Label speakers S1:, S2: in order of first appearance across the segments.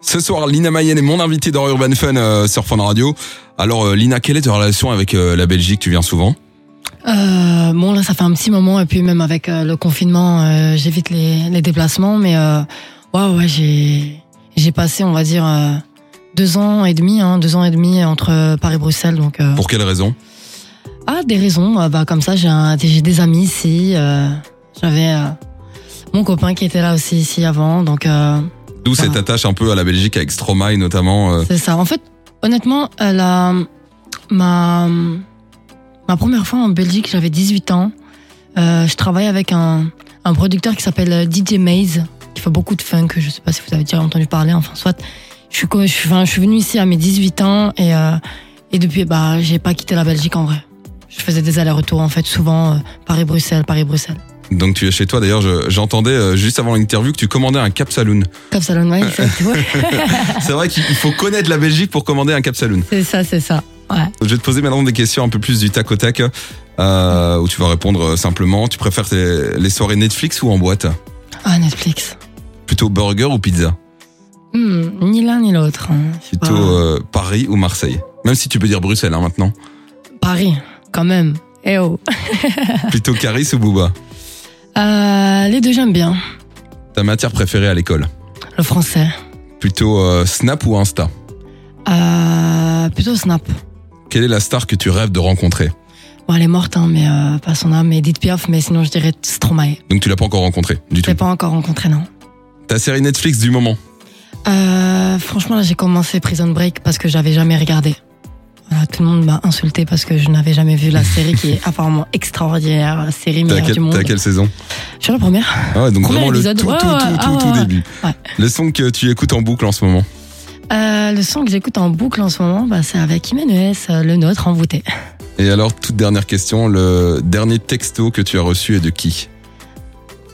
S1: Ce soir, Lina Mayenne est mon invitée dans Urban Fun euh, sur Fun Radio. Alors, euh, Lina, quelle est ta relation avec euh, la Belgique Tu viens souvent
S2: Euh, bon, là, ça fait un petit moment, et puis même avec euh, le confinement, euh, j'évite les, les déplacements, mais euh, ouais, ouais, j'ai, j'ai passé, on va dire, euh, deux ans et demi, hein, deux ans et demi entre euh, Paris et Bruxelles, donc. euh,
S1: Pour quelle raison
S2: Ah, des raisons, euh, bah, comme ça, j'ai, un- j'ai des amis ici, euh, j'avais euh, mon copain qui était là aussi ici avant, donc. euh,
S1: D'où cette
S2: Ah.
S1: attache un peu à la Belgique avec Stromae notamment. euh,
S2: C'est ça. En fait, honnêtement, euh, la, ma, ma première fois en Belgique, j'avais 18 ans. Euh, je travaille avec un, un producteur qui s'appelle euh, DJ Maze, qui fait beaucoup de funk. Je sais pas si vous avez déjà entendu parler, enfin, soit. Je suis, co- je, suis- enfin, je suis venue ici à mes 18 ans et, euh, et depuis, bah, j'ai pas quitté la Belgique en vrai. Je faisais des allers-retours en fait, souvent euh, Paris-Bruxelles, Paris-Bruxelles.
S1: Donc tu es chez toi. D'ailleurs, je- j'entendais euh, juste avant l'interview que tu commandais un Cap Saloon.
S2: Comme ça, le Noël, c'est- ouais,
S1: C'est vrai qu'il il faut connaître la Belgique pour commander un Cap Saloon.
S2: c'est ça, c'est ça. Ouais.
S1: Je vais te poser maintenant des questions un peu plus du tac au tac, euh, où tu vas répondre euh, simplement. Tu préfères tes- les soirées Netflix ou en boîte
S2: Ah, Netflix.
S1: Plutôt burger ou pizza
S2: Hmm, ni l'un ni l'autre. hein. Je sais pas.
S1: Plutôt euh, Paris ou Marseille Même si tu peux dire Bruxelles hein, maintenant.
S2: Paris, quand même. Eh oh.
S1: Plutôt Caris ou Booba
S2: Euh, les deux, j'aime bien.
S1: Ta matière préférée à l'école
S2: Le français.
S1: Plutôt euh, Snap ou Insta
S2: Euh, plutôt Snap.
S1: Quelle est la star que tu rêves de rencontrer
S2: Bon, elle est morte, hein, mais euh, pas son âme. Edith Piaf, mais sinon, je dirais Stromae.
S1: Donc tu l'as pas encore rencontrée du
S2: Je l'ai
S1: tout.
S2: pas encore rencontré, non.
S1: Ta série Netflix du moment
S2: Euh, franchement, là, j'ai commencé Prison Break parce que j'avais jamais regardé. Voilà, tout le monde m'a insulté parce que je n'avais jamais vu la série qui est apparemment extraordinaire, la série
S1: T'as
S2: meilleure
S1: quelle,
S2: du monde.
S1: t'as quelle saison
S2: Je suis la première.
S1: Ah ouais, donc
S2: Premier
S1: vraiment le tout,
S2: épisode.
S1: tout,
S2: Ouais,
S1: tout,
S2: ouais,
S1: tout,
S2: ah
S1: tout
S2: ouais, ouais.
S1: début.
S2: Ouais.
S1: Le son que tu écoutes en boucle en ce moment.
S2: Euh, le son que j'écoute en boucle en ce moment, bah, c'est avec Imenes, euh, le nôtre, envoûté.
S1: Et alors, toute dernière question, le dernier texto que tu as reçu est de qui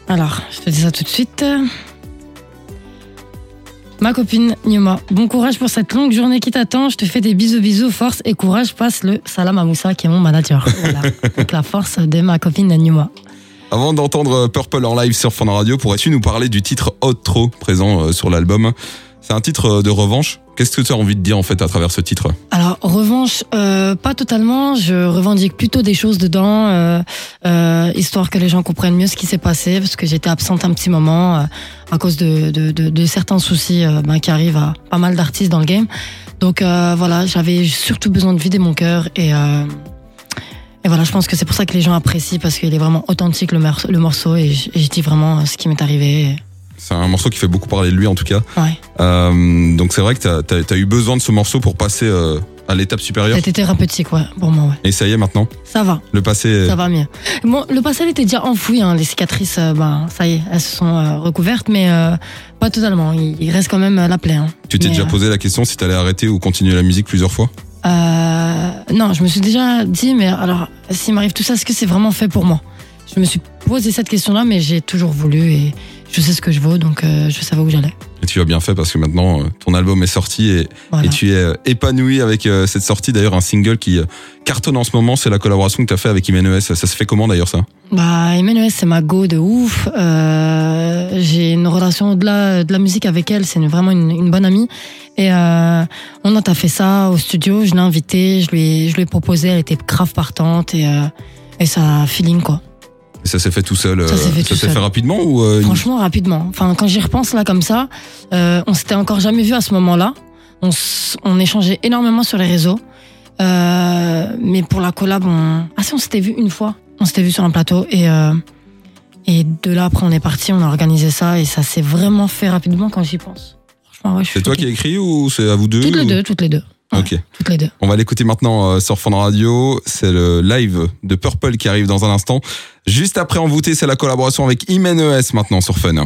S2: Alors, je te dis ça tout de suite. Ma copine Nioma, bon courage pour cette longue journée qui t'attend. Je te fais des bisous, bisous, force et courage. Passe le salam à Moussa qui est mon manager. Voilà. Donc la force de ma copine Nioma.
S1: Avant d'entendre euh, Purple en live sur Fun Radio, pourrais-tu nous parler du titre Outro présent euh, sur l'album C'est un titre euh, de revanche. Qu'est-ce que tu as envie de dire en fait à travers ce titre
S2: Alors, revanche, euh, pas totalement. Je revendique plutôt des choses dedans, euh, euh, histoire que les gens comprennent mieux ce qui s'est passé, parce que j'étais absente un petit moment euh, à cause de, de, de- de certains soucis euh, ben, qui arrivent à pas mal d'artistes dans le game. Donc euh, voilà, j'avais surtout besoin de vider mon cœur et, euh, et voilà, je pense que c'est pour ça que les gens apprécient parce qu'il est vraiment authentique le, morceau- le morceau et je, et je dis vraiment euh, ce qui m'est arrivé.
S1: C'est un morceau qui fait beaucoup parler de lui en tout cas.
S2: Ouais.
S1: Euh, donc c'est vrai que t'as as, eu besoin de ce morceau pour passer euh, à l'étape supérieure.
S2: C'était thérapeutique, ouais, pour moi, ouais.
S1: Et ça y est maintenant,
S2: Ça va.
S1: le passé. euh,
S2: Ça va mieux. Bon, le passé elle était déjà enfoui, hein. les cicatrices, euh, bah, ça y est, elles se sont euh, recouvertes, mais euh, pas totalement. Il, il reste quand même euh, la plaie. hein.
S1: Tu t'es
S2: Mais,
S1: déjà
S2: euh,
S1: posé la question si t'allais arrêter ou continuer la musique plusieurs fois
S2: Euh, non, je me suis déjà dit, mais alors, s'il m'arrive tout ça, est-ce que c'est vraiment fait pour moi Je me suis posé cette question-là, mais j'ai toujours voulu et je sais ce que je vaux, donc euh, je savais où j'allais.
S1: Et tu as bien fait parce que maintenant euh, ton album est sorti et,
S2: Voilà.
S1: Et tu es euh, épanoui avec euh, cette sortie d'ailleurs un single qui euh, cartonne en ce moment, c'est la collaboration que tu as fait avec Imenes. Ça se fait comment d'ailleurs ça
S2: Bah, Emmanuel, c'est ma go de ouf. Euh, j'ai une relation au-delà de la musique avec elle. C'est une- vraiment une, une bonne amie. Et euh, on a fait ça au studio. Je l'ai invitée, je lui, ai- je lui ai proposé. Elle était grave partante et, euh, et ça a feeling quoi.
S1: Et ça s'est fait tout seul. euh,
S2: Ça s'est fait tout
S1: s'est
S2: seul.
S1: fait rapidement ou euh, une-
S2: Franchement, rapidement. Enfin, quand j'y repense là comme ça, euh, on s'était encore jamais vu à ce moment-là. On, s- on échangeait énormément sur les réseaux, Euh, mais pour la collab, on... ah si, on s'était vu une fois. On s'était vu sur un plateau et euh, et de là après on est parti, on a organisé ça et ça s'est vraiment fait rapidement quand j'y pense. Franchement, ouais, je suis
S1: c'est toi qui
S2: choquée.
S1: as écrit ou c'est à vous deux
S2: Toutes les
S1: ou-
S2: deux, toutes les deux, ouais.
S1: Ok,
S2: toutes les deux.
S1: on va l'écouter maintenant euh, sur Fun Radio. C'est le live de Purple qui arrive dans un instant. Juste après Envoûté, c'est la collaboration avec Imenes E maintenant sur Fun.